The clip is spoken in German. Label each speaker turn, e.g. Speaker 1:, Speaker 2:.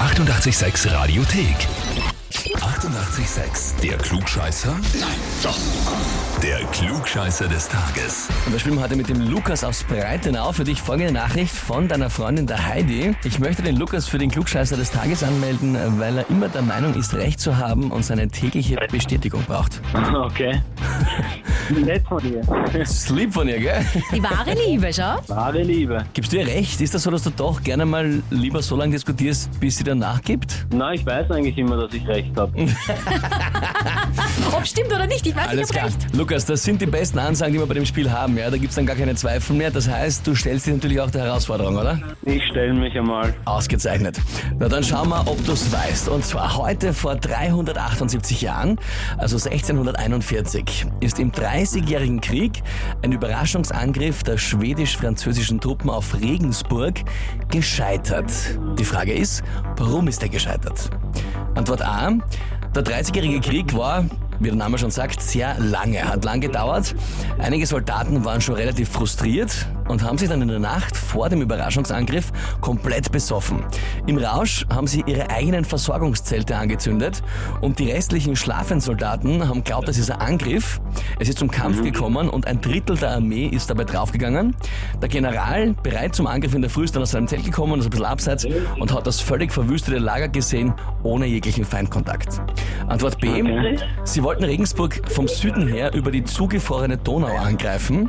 Speaker 1: 886 Radiothek. 88,6. Der Klugscheißer? Nein, doch. Der Klugscheißer des Tages.
Speaker 2: Und wir spielen heute mit dem Lukas aus Breitenau. Für dich folgende Nachricht von deiner Freundin der Heidi. Ich möchte den Lukas für den Klugscheißer des Tages anmelden, weil er immer der Meinung ist, Recht zu haben und seine tägliche Bestätigung braucht.
Speaker 3: Okay. Nett von dir.
Speaker 2: Sleep von ihr, gell?
Speaker 4: Die wahre Liebe, schau.
Speaker 3: Wahre Liebe.
Speaker 2: Gibst du ihr recht? Ist das so, dass du doch gerne mal lieber so lange diskutierst, bis sie dann nachgibt?
Speaker 3: Na, ich weiß eigentlich immer, dass ich recht habe.
Speaker 4: Ob stimmt oder nicht, ich weiß
Speaker 2: Alles
Speaker 4: nicht, ob
Speaker 2: klar.
Speaker 4: recht.
Speaker 2: Lukas, das sind die besten Ansagen, die wir bei dem Spiel haben. Ja, da gibt's dann gar keine Zweifel mehr. Das heißt, du stellst dir natürlich auch der Herausforderung, oder?
Speaker 3: Ich stelle mich einmal.
Speaker 2: Ausgezeichnet. Na dann schauen wir, ob du es weißt. Und zwar heute vor 378 Jahren, also 1641, ist im Dreißigjährigen Krieg ein Überraschungsangriff der schwedisch-französischen Truppen auf Regensburg gescheitert. Die Frage ist, warum ist er gescheitert? Antwort A. Der Dreißigjährige Krieg war, wie der Name schon sagt, sehr lange, hat lang gedauert. Einige Soldaten waren schon relativ frustriert und haben sich dann in der Nacht vor dem Überraschungsangriff komplett besoffen. Im Rausch haben sie ihre eigenen Versorgungszelte angezündet und die restlichen schlafenden Soldaten haben glaubt, das ist ein Angriff. Es ist zum Kampf gekommen und ein Drittel der Armee ist dabei draufgegangen. Der General, bereit zum Angriff in der Früh, ist dann aus seinem Zelt gekommen, ist ein bisschen abseits und hat das völlig verwüstete Lager gesehen, ohne jeglichen Feindkontakt. Antwort B.
Speaker 3: Okay.
Speaker 2: Sie wollten Regensburg vom Süden her über die zugefrorene Donau angreifen.